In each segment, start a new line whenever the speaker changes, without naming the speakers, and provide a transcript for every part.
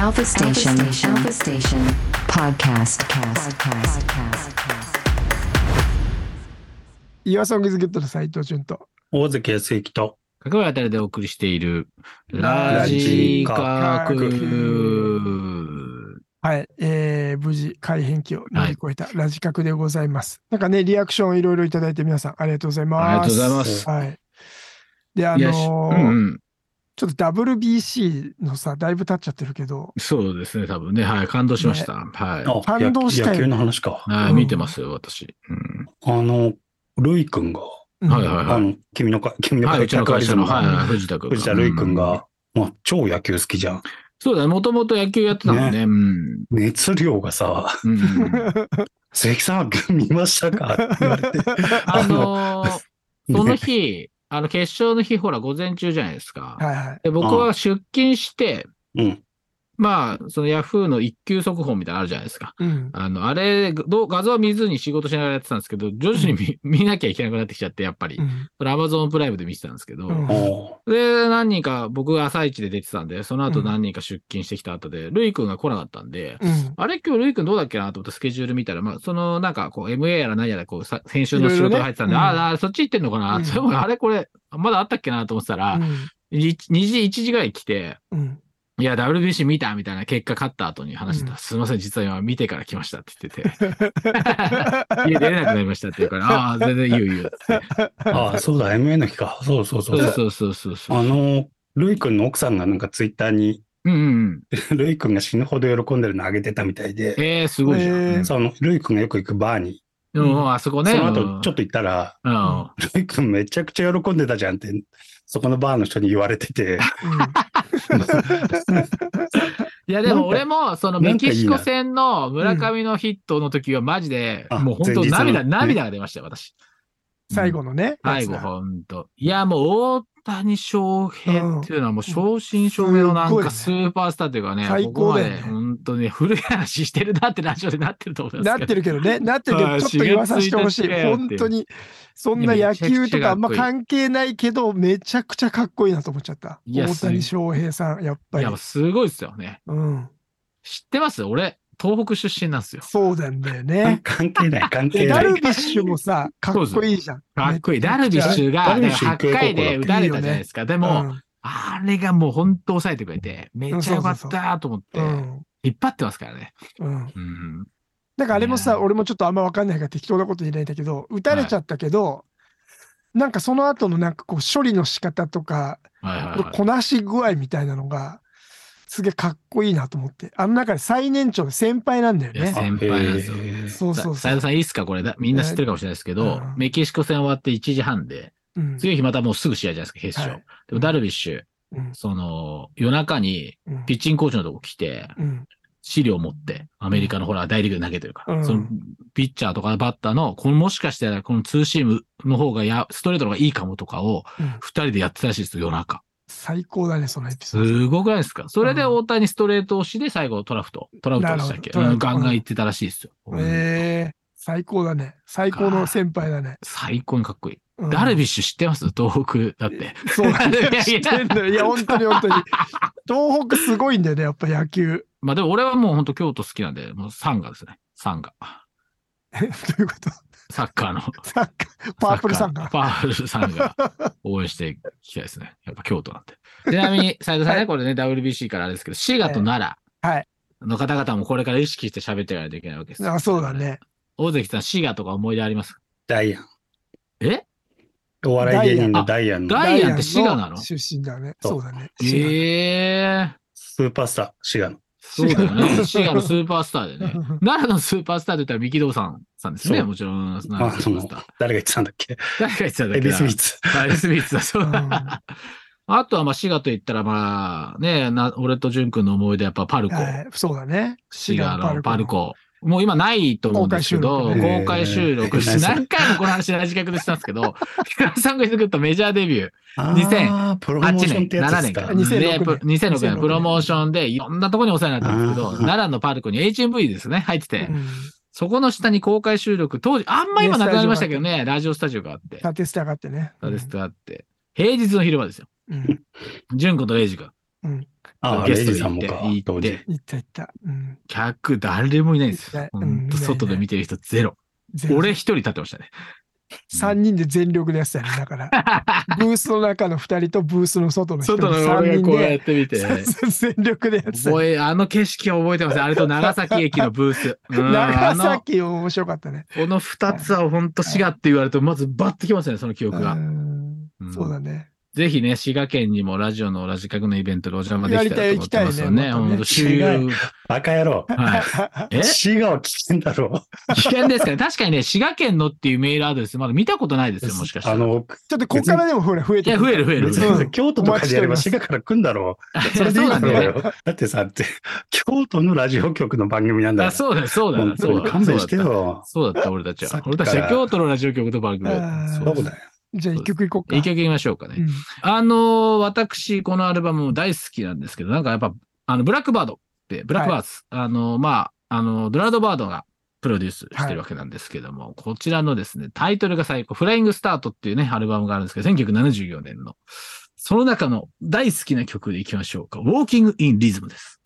Alpha Station. Alpha Station. Podcast. Podcast. Podcast.
岩ソングズゲットの斉藤淳と。
大関康之と。
角川あたりでお送りしている、
ラ
ラ
ジ
ジ
カ
カ
ク
ク。
はい、えー、無事改変期を乗り越えたラジカクでございます。なんかね、リアクションいろいろいただいて皆さんありがとうございます。
ありがとうございます。
はい。で、あ
い
の
やしうん
ー
うん、
ちょっと WBC のさ、だいぶ経っちゃってるけど、
そうですね、多分ね。はい、感動しました。は
感動したよ
野野球の話か
い。。は
う
い、
ん
見てますよ、私。うん
あの、ルイ君が、
うん
はいはい
あの、君のか、君の
はい、うちの会社の、
会
はい、はい藤田君。
藤田ルイ君
うん。
が、まあ、超野球好きじゃん。
そうだね、もともと野球やってたもんね。うん
熱量がさ、
うん
関さん見ましたかって 言われて。
あのー、その
ね
日、あの、決勝の日、ほら、午前中じゃないですか。
はいはい。
で僕は出勤して、
うん。
まあ、そのヤフーの一級速報みたいなのあるじゃないですか。
うん。
あの、あれ、どう画像は見ずに仕事しながらやってたんですけど、徐々に見見なきゃいけなくなってきちゃって、やっぱり
う。ん
それ Amazon プライムで見てたんですけど、
うん
おう
で、何人か、僕が朝一で出てたんで、その後
うん
何人か出勤してきた後で、ルイ君が来なかったんで、
うん。
あれ今日ルイ君どうだっけなと思ってスケジュール見たら、まあ、そのなんかこう MA やら何やらこうさ、先週の仕事が入ってたんで、
いろいろねうん
ああ、そっち行ってんのかな、
うん
それもあれこれ、まだあったっけなと思ってたら、い2時、1時ぐらい来て、
うん。
いや、WBC 見たみたいな結果勝った後に話してた。
うん
すいません、実は今見てから来ましたって言ってて。家出れなくなりましたって言うから、ああ、全然言う言うっつって。
ああ、そうだ、MA の日か。そうそうそ
そう
そうう。
そうそうそうそう。
あの、ルイ君の奥さんがなんかツイッターに、
うんうん。
ルイ君が死ぬほど喜んでるのあげてたみたいで、
ええー、すごいじゃん。
えー
うん
その、ルイ君がよく行くバーに、
うん、あそこね。
その後ちょっ
と。
と行ったら、
うん。
ルイ君めちゃくちゃ喜んでたじゃんって、そこのバーの人に言われ てて、
いや、でも俺も、そのメキシコ戦の
なん
村
か
上のヒットの時はマジで、
あ
もう本当
前日の
涙、
ね
涙が出ましたよ、私。
最後のね。
最後、ほんと。いや、もう大谷翔平っていうのはもう正真正銘のな
す
ん
ごいね
かスーパースターっていうかね、
最
ここ
高
ま
だよね
で本当に古い話してるなってラジオでなってると思い ます
なっ
けど。
てるけどね、なってるけ
は
ど、
い
ちょっと言わさせてほしい。
刺激的だよって
本当に、そんな野球とかあんま関係ないけど、めちゃくちゃかっこいいなと思っちゃった。
いや
大谷翔平さん、やっぱ
い
り
や、。すごいですよね。
うん。
知ってます俺、東北出身なんですよ。
そうなんだよね。
関係ない、関係
で
な
ダ
い
ル。ビッシュもさ、かっこいいじゃん。
かっこいい。ダルビッ
ュ。
シュ
ダ
が
ルビッシュ
8回で打たれたじゃないですか。でも、
うん
あれがもう本当抑えてくれて、めっちゃよかったと思って
う、ん。
引っ張ってますからね。
うん。
うん。
なんかあれも
い
さ、
や
俺もちょっとあんまわかんないから適当なこと言えないんだけど、打たれちゃったけど、なんかその後のなんかこう処理の仕方とか、
はいはいはい。
こなし具合みたいなのが、すげえかっこいいなと思って。あの中で最年長で先輩なんだよ
いや
ね。
先輩なんですよ
あへー
そうそうそ
さ斉
う
藤。さんいいっすかこれだ。みんな知ってるかもしれないですけど、
うん
メキシコ戦終わって1時半
う
で、
ん
次の日またもうすぐ試合じゃないですか、決勝。
はい
でもダルビッシュ、
うん
その、夜中に
うん
ピッチングコーチのとこ来て、
うん
資料を持って、アメリカのほら、大リーグで投げてるから、
うん
その、ピッチャーとかバッターの、このもしかしたら、このツーシームの方がや、ストレートの方がいいかもとかを、
うん
二人でやってたらしいですよ、夜中。
最高だね、そのエピソード。
すごくないですかそれで
うん
大谷ストレート押しで最後トラフト、トラウトでしたっけ
なるほど
うん
トラ
ガ
ウト
ンガン行ってたらしいですよ。
ええ最高だね。最高の先輩だね。
最高にかっこいい。
うん
ダルビッシュ知ってます東北だって。
そうなんだよ
いやい
知
や
ってんだよ。いや、本当に本当に。東北すごいんだよね、やっぱ野球。
まあでも俺はもう本当京都好きなんで、もうサンガですね。サンガ。
えどういうこと
サッカーの。
サッカー、パープルさん
サッ
が。
カーパープルさんが応援していきたいですね。 やっぱ京都なんて。ちなみに、斉藤さんね、
はい
これね、WBC からあれですけど、滋賀と奈良。
はい
の方々もこれから意識して喋っていかないといけないわけですよ
あそうだ。ね。
大関さん、滋賀とか思い出ありますか
ダイアン。
え
お笑い芸人のダイアンの
ダイアンって滋賀なの
出身だね。
そう
そうだね。滋賀
ええ
スーパースター、滋賀の。
そうだよね。
滋
滋
賀。
賀のスーパースターでね。奈良のスーパースターと言ったら三木道さんさんですね。
そう
もちろん、奈良
あ
のスーパー
の
スター。
誰が言ってたんだっけ
誰が言ってたんだ
エ
っけ
ビ
な
スミス。
あエビスミスだ、そううんあとは、まあ、滋賀と言ったら、まあ、ね、な俺と淳君の思い出はやっぱパルコ。
はいそうだね。
滋賀のパル。コ。もう今ないと思うんですけど、
公開収録ね
公開収録し
えー、
何回もこの話、ラジカクでしたんですけど、平野さんが作ったメジャーデビュー、
あ ープロモーションってやつですか
7
2006
年か。
年
でプロ2006年プロモーションでいろんなとこにお世話になったんですけど
あー、
奈良のパルコに HMV ですね、入ってて、
うん
そこの下に公開収録、当時、あんま今なくなりましたけどね、ラジオスタジオがあって、
立て下がってね。
ラジオスタジオがあって、平日の昼間ですよ。
うん。
純子とレイジ君。
うん
ああ、
ゲ
レイ
スト
ジ
で
さん
行っ
も
て
か、
行
当
っ
時
て。
行った行った。うん。
客誰もいないんですよ。
う
ほ
ん
んと外で見てる人ゼロ。
全
俺一人立ってましたね。
3人で全力でやってたよね。だから、 ブースの中の2人とブースの外の人
外
の
の
3
俺が
人
こうやっ
で、
てみて。
そうそう全力でやってた。
覚え、あの景色は覚えてます。あれと長崎駅のブース。 うんあ
長
の、
崎面白かったね。
この二つは本当滋賀って言われると、まずバッてきますね、その記憶
う
が。
ん
うん
そうだね。
ぜひね、滋賀県にもラジオのラジカクのイベントでお邪魔できたらと思ってますよね。
やりたい行きたいね
ほんと、周遊。
バカ野郎。
はい。え
滋賀は危険だろ
危険ですかね。確かにね、滋賀県のっていうメールアドレス、まだ見たことないですよ、もしかし
あ
たら。
の、
い
ちょっとここからでもほら増えて
や、
く
増える増える。
別
増える
う
に
ん
京都とかでやれば滋賀から来んだろう。それでいいだ
そうなんだよ
ろう。だってさ、って京都のラジオ局の番組なんだ
あ
から。
そうだ、そうだ、
本当
そう
に
だ。
勘弁して
そうだ
よ。
そうだった、俺たち
さ
は
っ。き
俺たち
か
は
ら
京都のラジオ局と番組だった。
あー
そ
ど
う
こ
で
だ
す
よ。
じゃあ一曲いこうか。
いい曲いきましょうかね。
うん
あのー私、このアルバム大好きなんですけど、なんかやっぱ、あの、ブラックバードって、ブラックバーズ、あのーまあ、あのードナルド・バードがプロデュースしてるわけなんですけども、こちらのですね、タイトルが最高、フライングスタートっていうね、アルバムがあるんですけど、1974年の。その中の大好きな曲でいきましょうか。ウォーキング・イン・リズムです。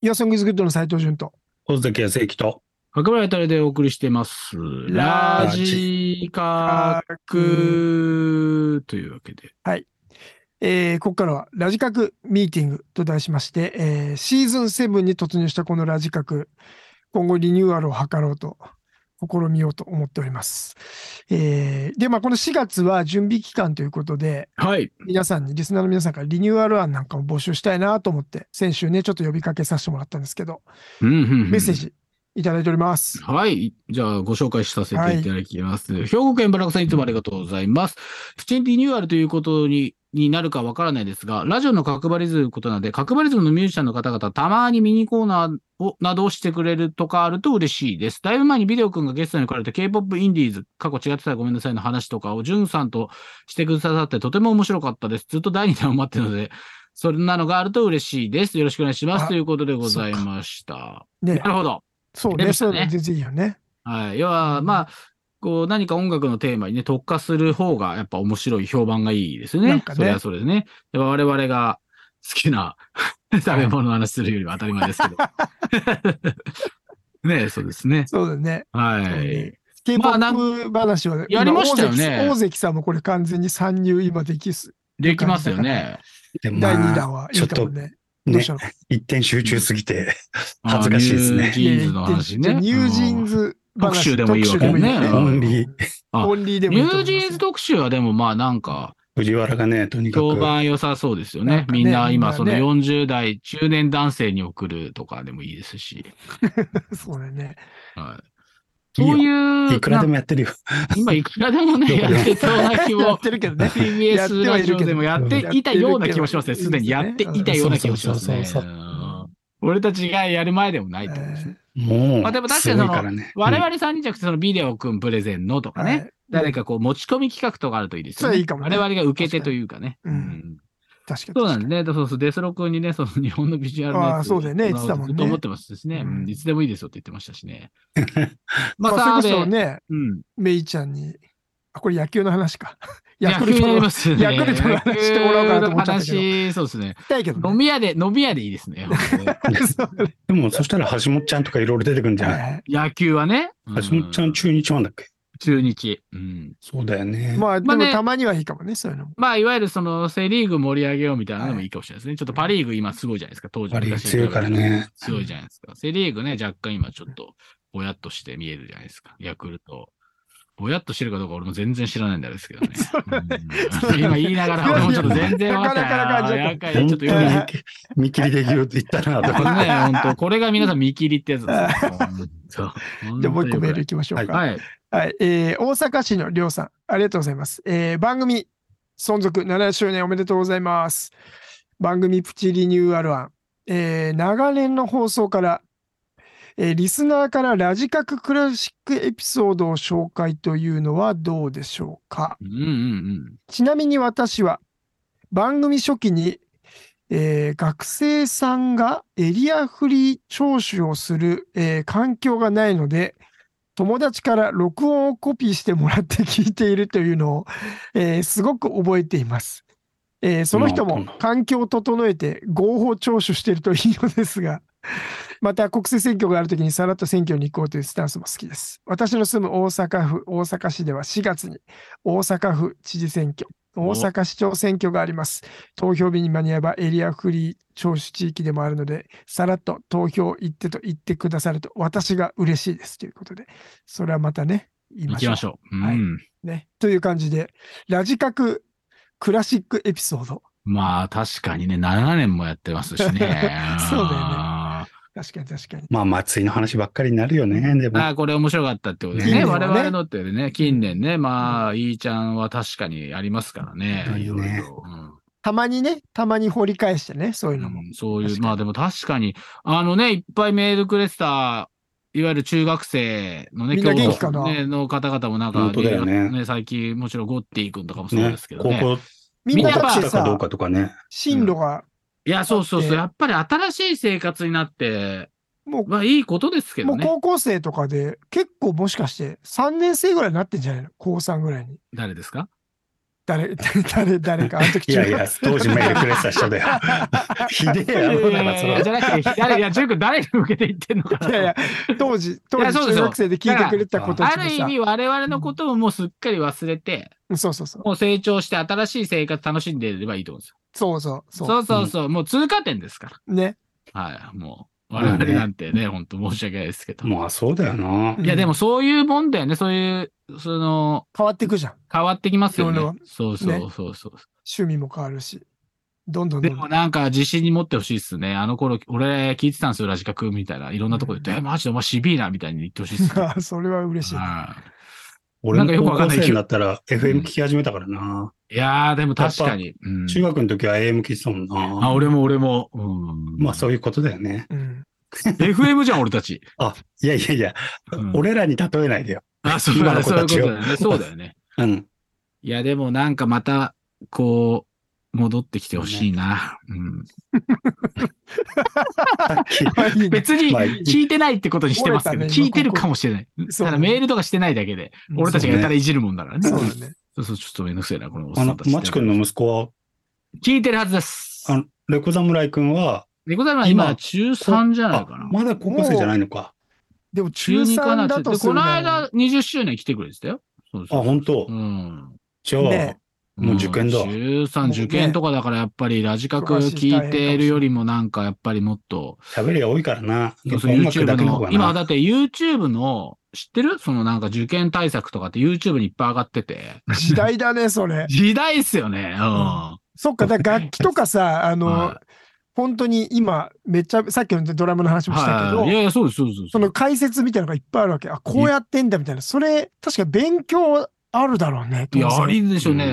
イヤソングズグッドの斉藤淳と。
小関康之と。
若林太郎でお送りしてます。ラジカクというわけで。
えーここからはラジカクミーティングと題しまして、えーシーズン7に突入したこのラジカク、今後リニューアルを図ろうと、試みようと思っております。えーで、まあ、この4月は準備期間ということで、
はい。
皆さんに、リスナーの皆さんからリニューアル案なんかを募集したいなと思って、先週ね、ちょっと呼びかけさせてもらったんですけど、
メ
メ
ッ
ッセージいただいております。
はい。じゃあ、ご紹介させていただきます。兵庫県バラコさん、いつもありがとうございます。プチンリニューアルということに、になるかわからないですが、ラジオの角張りズムことなので、角張りズムのミュージシャンの方々、たまにミニコーナーを、などをしてくれるとかあると嬉しいです。だいぶ前にビデオ君がゲストに来られた K-POP インディーズ、過去違ってたらごめんなさいの話とかを、ジュンさんとしてくださって、とても面白かったです。ずっと第二弾を待ってるので、そんなのがあると嬉しいです。よろしくお願いします。
あ
ということでございました。
ね
な、るほど。
そう
出
ね、
ました
そ
ね
うね、全然いいよね。
はい。要は、
うん
まあ、こう、何か音楽のテーマにね、特化する方が、やっぱ面白い、評判がいいですよね。
なんかね
それはそれでね。やっぱ我々が好きな食べ物の話するよりは当たり前ですけど。ねそうですね。
そうだね。
は
ね
い。まあなん
K-POP 話は、
やりましたよね
今大関大関さんもこれ完全に参入今できす。
できますよね。
でもま
第
あ
2弾はいいかもね。どうしたの
一点集中すぎて、
あー
恥ずかしいですね
ニュージーンズの話ね。
ニュージーンズ話
特集でもいいわけ
特集でもいい
ね
よ
オンリー、
あ
オンリーで
うん
も
ニ
いい
ュ
と思い
ー
ます
ジーンズ特集はでもまあなんか、
藤原がね、とにか
評
く、
判良さそうですよ
な
ね
ん。かね
みんな今その
みんな
40代中年男性に送るとかでもいいですし。
そうだね。
はい。
いいよ
そういう、
いくらで
なん
もやってるよ。
か今いくらで もね、
ど
や
こでも
ってそうな気
やっ
も、
てるけどね。やってはいるけ
TBS
ど
ラジオでもやっていたような気もしますね。
やってるけど
すでにやっていたような気もします
うん
ね
そうそうそうそう。
うん俺たちがやる前でもないってことですね。
もう、
まあでも確か
す
に
ご
そ
い
の
からね。
我々3人じゃなくて、そのビデオくんプレゼンのとかね、
はい
誰かこう持ち込み企画とかあるといいです
そ
よね。
れいいかもね
我々が受け手というかね。
確かにうん確かに。
そうなん
だ
ですね。そうそう、デスロ君にね、その日本のビジュアルのやつ
ああそうだよね言ってたもんね
ずっと思ってますですね、うん
うん
いつでもいいですよって言ってました しね。
ま
ま
あ、そ
あ、澤
れこそ
部、
ね、
うん。
メイちゃんに、あ、これ野球の話か。
ヤ
ヤ
ク
ク
ル
ル
ト
ト
の
の話
話、
ヤクルトの話してもらおうかなと思っちゃったけど
話、そうですね。
したいけど
飲
ね。
み屋で、飲み屋でいいで すね。本当ね
そうね
でも、そしたら橋本ちゃんとかいろいろ出てくるんじゃない
野球はね。う
橋本ちゃん中日ファンだっけ
中日。うん。
そうだよね。
まあ、で
まあ
も
ね
たまにはいいかもね、そういうのも。
まあ、いわゆるその、セリーグ盛り上げようみたいなのもいいかもしれないですね。ちょっとパリーグ今すごいじゃないですか、当時。
パリーグ強いからね。
強いじゃないですか。セリーグね、若干今ちょっと、ぼやっとして見えるじゃないですか。ヤクルト。ぼやっとしてるかどうか俺も全然知らないんだで すけどね。うん今言いながら俺もちょっと全然わか んない。
なかなか感じ
あ
本
ーやっかいだちょっとよくない。ね
当に見切りできるって言った な、とか。
本当これが皆さん見切りってやつですよ。
じゃあもう一個メール
ル
行きましょうか。
はい。
はい、えー大阪市のりょうさん、ありがとうございます。えー番組存続7周年おめでとうございます。番組プチリニューアル案、えー長年の放送から、えーリスナーからラジカククラシックエピソードを紹介というのはどうでしょうか。
うんうん
ちなみに私は番組初期に、えー学生さんがエリアフリー聴取をする、えー環境がないので友達から録音をコピーしてもらって聞いているというのを、えーすごく覚えています。えーその人
う
も
ん
環境を整えて合法聴取しているといいのですが、また国政選挙があるときにさらっと選挙に行こうというスタンスも好きです。私の住む大阪府大阪市では4月に大阪府知事選挙、大
お
阪市長選挙があります。投票日に間に合えばエリアフリー聴取地域でもあるので、さらっと投票行ってと言ってくださると私が嬉しいですということで、それはまたね、言い
行きましょう。
はい
うん。
ね。という感じで、ラジカククラシックエピソード。。
まあ、確かにね、7年もやってますし ね
そうだよね
あ
確かに確かに。
まあ、松井の話ばっかりになるよね。で
ーあ
も、
ー、これ面白かったってことで
近
ね。
年はね
我々のってね、近年ね、まあ、いいちゃんは確かにありますからね。
いいよね
いろいろうん
たまにね、たまに掘り返してね、そういうのも。
うんそうい
確か
う、
に
まあでも確かに、あのね、いっぱいメールくれてた、いわゆる中学生のね、
みんな
教
元
師
気かな
ね、の方々もなんか、
本当だよね
最近もちろんゴッティ君とかもそう
ね
ですけど
高
ね。
校
みん
み
なん
な
だっ
来
て
たかど
さ
う、かとかね。
進路が、
いや、そうそう
だっ
そう。
て
やっぱり新しい生活になって、
もう、
まあいいことですけ
も
ど
う
ね。
高校生とかで、結構もしかして3年生ぐらいになってんじゃないの高3ぐらいに。
誰ですか
誰、 誰、誰誰か、あの時
いやいや
中学、生
当時メールくれてた人 だよ。ひでえ
いや
や
い
ろ、だか
やい
らそ
や
の
じゃなくて、誰、いや、中君誰に向けて言ってんのかな。
いやいや、当時、当
いや
時
そ
中
うですよ
学生で聞いてくれてた子た
あ
ちも
る意
さ
味、我々のことをもうすっかり忘れて、
うん、そうそうそう。
もう成長して新しい生活楽しんでいればいいと思うんですよ。
そうそうそう。
そうそうそう。もう通過点ですから。
ね。
はい、もう、
ま
我
あね
々なんてね、本当申し訳ないですけど。
まあ、そうだよな。
いや、でもそういうもんだよね、そういう、その、
変わっていくじゃん。
変わってきますよね
いろい。
そうそうそうそう。
趣味も変わるし。どんどん
で
どんど
も
ん。
なんか自信に持ってほしいっすね。あの頃、俺聞いてたんですよ、ラジカクみたいな。いろんなとこで言って、え、マジでお前シビーな、みたいに言ってほしいっ すね。
あ それは嬉しい。
は
俺
なんかよ
も
くわか
高校
んない
生になったら
うん
FM 聞き始めたからな。
い。いやー、でも確かに。うん
中学の時は AM 聞いてたもんな。
あ、俺も俺も。うん
まあ、そういうことだよね。
うん。
FM じゃん、俺 たち。
あ、いやいやいや
うん、
俺らに例えないでよ。
あ、そう
今
だ
の
ね。
子
そういう
た
こと
ちを
だよね。そうだよね。
うん。
いや、でもなんかまた、こう、戻ってきてほしいな。うん。
あ
さっき、
いいね
別に
まあ
聞いてないってことにしてますけど、
折れたね
聞いてるかもしれない。
そう
ただメールとかしてないだけで、俺たちがやたらいじるもんだからね。
そ
そうう
だね。
そう、ちょっとめんどくせえな、このおっ
あ
さ
の
んた、ち。
まちくんの息子は、
聞いてるはずです。
あの、レコ侍くんは、
でございます。今、
今
中3じゃない
あ
かな。
まだ高校生じゃないのか。
でも
中
中
2かな。
3
で、
だとする
こ
な
の間、20周年来てくれてたよ。そう
あ、
そう。
本当
う。ん。
じゃあ、
ね
もう受験だ
ん13、受
もうね
験とかだからやっぱりラジカク聞いてるよりもなんかやっぱりもっと、
喋りが多いからな。
そうそう
音楽
YouTube
だけの方
の、
が
今
な。
だって YouTube の、知ってるそのなんか受験対策とかって YouTube にいっぱい上がってて。
時代だね、それ。
時代っすよね。うん。
そっか、だから楽器とかさ、あの
は、
本当に今、めっちゃ、さっきのドラムの話もしたけ
はいい
ど、
やいや、そうです、そうです。
そ
そうで
の解説みたいなのがいっぱいあるわけ。あ、こうやってんだみたいな。それ、確か勉強あるだろうね。
すいや、ありで
で
しょうね。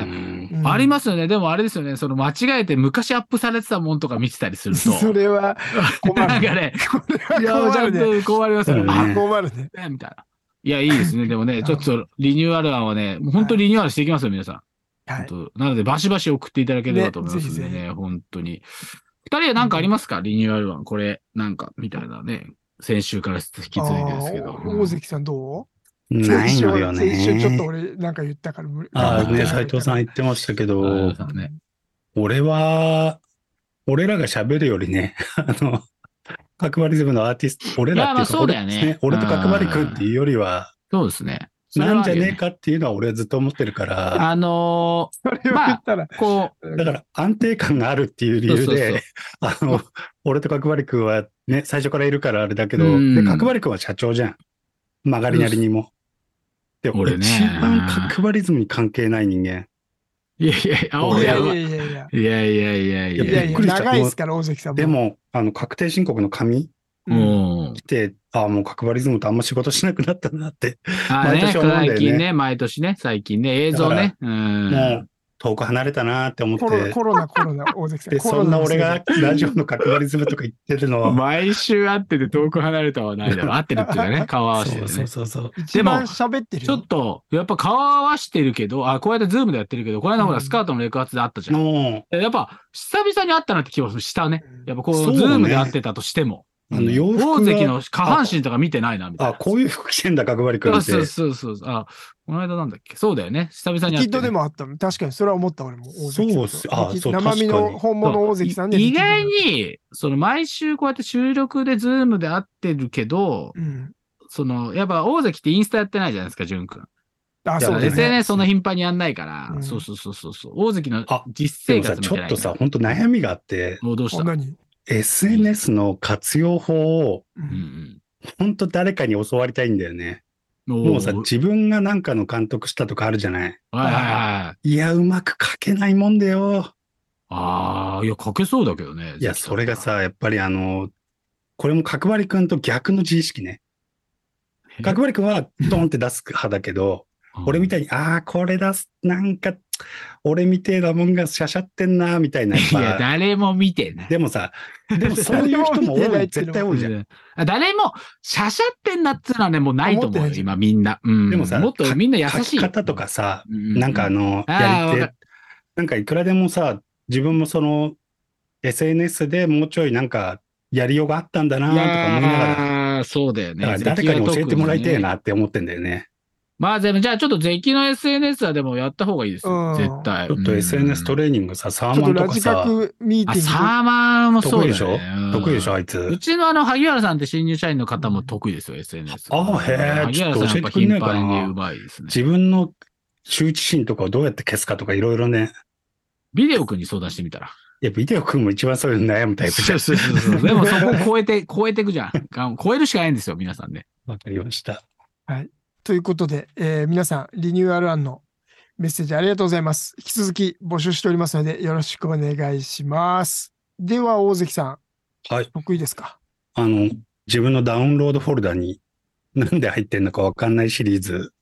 ね。
あり
す
ますよね。でもあれですよね。その間違えて昔アップされてたもんとか見てたりすると。
それ は困
なん
る。
かね、いや、
困
ちゃ
る
ん
ね。
と困りますよね。
困
あ
るね
困るね。
ねみたいな。いや、いいですね。でもね、
ん
ちょっとリニューアル案はね、もう本当にリニューアルしていきますよ、皆さん。
はい。
本当なので、バシバシ送っていただければと思いますんでね、
ねぜひぜ
本当に。二人は何かありますか、リニューアル案。これ、なんか、みたいなね。先週から引き継いでですけど。
あー大関さんどう
ないのよ
先週先週ちょっと
ね。
俺なんか言ったから無理。
ああ、ね、
あー
斎藤さん
ん。
言ってましたけ
う
ど
ん、そうね
俺は、俺らが喋るよりね、 あの、角張りズムのアーティスト、俺らっていう
いやまあ
か、
そう
俺
だよね
です俺と角張りくんっていうよりは、
そうですね。それは
なん
あ
じゃ
るよ
ねえかっていうのは俺はずっと思ってるから、
あの
それを言ったら、
ーこう、
あ
だから安定感があるっていう理由
そうそうそう
で、あの、俺と角張りくんはね、最初からいるからあれだけど、
うん
で、角張りくんは社長じゃん。曲がりなりにも。で、
俺ね
一番角張りズムに関係ない人間。
いやいやいや、
俺
いや
いやいやいや
いやいやいやい
いや
や
い
い
や
や
い
びっ
や
くりした
長いですから大関さんも。
でも、あの、確定申告の紙
うん、
もう
来て、ああ、もう角張りズムとあんま仕事しなくなったなって、
あ
毎
ね、
年思うんだよね
最近ね、毎年ね、最近ね、映像ね。うん。
もう遠く離れたなって思っ
コロ
て、
コロナコロナ大関さん。
で、
コ
そ
ロナ
んな
のせ
俺
いで
がラジオの角張りズムとか言ってる のは、
毎週会ってて遠く離れたは ないだろう。会ってるっていうかね、顔合わせて
そう
るね
そう。そうそう。
一番喋ってる
ちょ
よ
っ。と、やっぱ顔合わしてるけど、あ、こうやってズームでやってるけど、この間ほら、スカートのレク発で会ったじゃん。
も
やっぱ、久々に会ったなって気はしたね。やっぱこう、
そう
ズ
ね
ームで会ってたとしても。
あの、洋服が、
大関の下半身とか見てないな、みたい
あ、
な。
こういう服着てんだ、角張りくん
あ
って。
そうそうそうそう。あ、この間なんだっけ。そうだよね。久々
リ
に会
キ
って
ッドでもあったの。確かに、それは思った俺も。大関
そうっすあ
リキッ
そう
生身
確か
の
に
本物大関さんで。
い
リ
意
キッドだ
外に、その毎週こうやって収録でズームで会ってるけど、
うん。
その、やっぱ大関ってインスタやってないじゃないですか、淳くん。
あ、
いや
そうだね。
SNS そんな頻繁にやんないから、
うん
そうそうそうそうそう。大関の
あ
実
で
生
もさ、
活み
ち
たい
ょ
な
っとさ、本当悩みがあって、
もうどうし
あ
た、
何
SNS の活用法を、
う
うんうんん
本当誰かに教わりたいんだよね。も
も
うさ、自分がなんかの監督したとかあるじゃない。
はいはいはい。
いや、うまく書けないもんだよ。
ああ、いや、書けそうだけどね。
いや、それが。さ、やっぱりあの、これも角張りくんと逆の自意識ね。
え
角張りくんはドンって出す派だけど、俺みた
い
いに、ああ、これ出す、なんか、俺みてえなもんがしゃしゃってんな、みたいな。やっ
いや、
ぱ
誰も見てない。
でもさ、でもそういう人
誰も
も多
見てない
い、
っていう
絶
のは
対多いじゃん。
あ誰も、しゃしゃってんなっつうのはね、もうないと思う
思って
よ
な、い
今みんな。 うん。
でもさ
もっとみんな優
書
しい
き
よ。
方とかさ、
ううう、
なんかあの、
あー
やり
わ
手、なんかいくらでもさ、自分もその、SNS でもうちょいなんか、やりようがあったんだなとか思いながら、
いやーそうだよね。
だから誰かに教えてもらいたい
な
なって思ってんだよね。
まあでも、じゃあちょっと税金の SNS はでもやった方がいいです
う
よ。
ん
絶対。
ちょっと SNS ト
れ
レーニングさ、サ
ちょっ
ーマ
と
ンと
ラ
か
ジ
さ、
角ミー
あ、
ティング。
サーマーもそ
得
うだ、ね、
意でしょ
うん
得意でしょ、あいうつ。
ちのあの、萩原さんって新入社員の方も得意ですよ、SNS。
あーへー
萩原さんやっぱ頻繁にうまいですね。
自分の羞恥心とかをどうやって消すかとかいろいろね。
ビデオ君に相談してみたら。
やっぱビデオ君も一番そういうの悩むタイプじゃ
そ
ん
う。そうそうそう。でもそこを超え て、超えていくじゃん。が超えるしかないんですよ、皆さんね。
わかりました。
ということで、えー皆さん、リニューアル案のメッセージありがとうございます。引き続き募集しておりますので、よろしくお願いします。では、大関さん、
はい。
得意ですか
あの、自分のダウンロードフォルダになんで入ってんのかわかんないシリー ズ、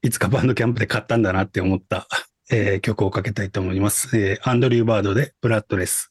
いつかバンドキャンプで買ったんだなって思った、えー曲をかけたいと思います。えーアンドリュー・バードでブラッドレス。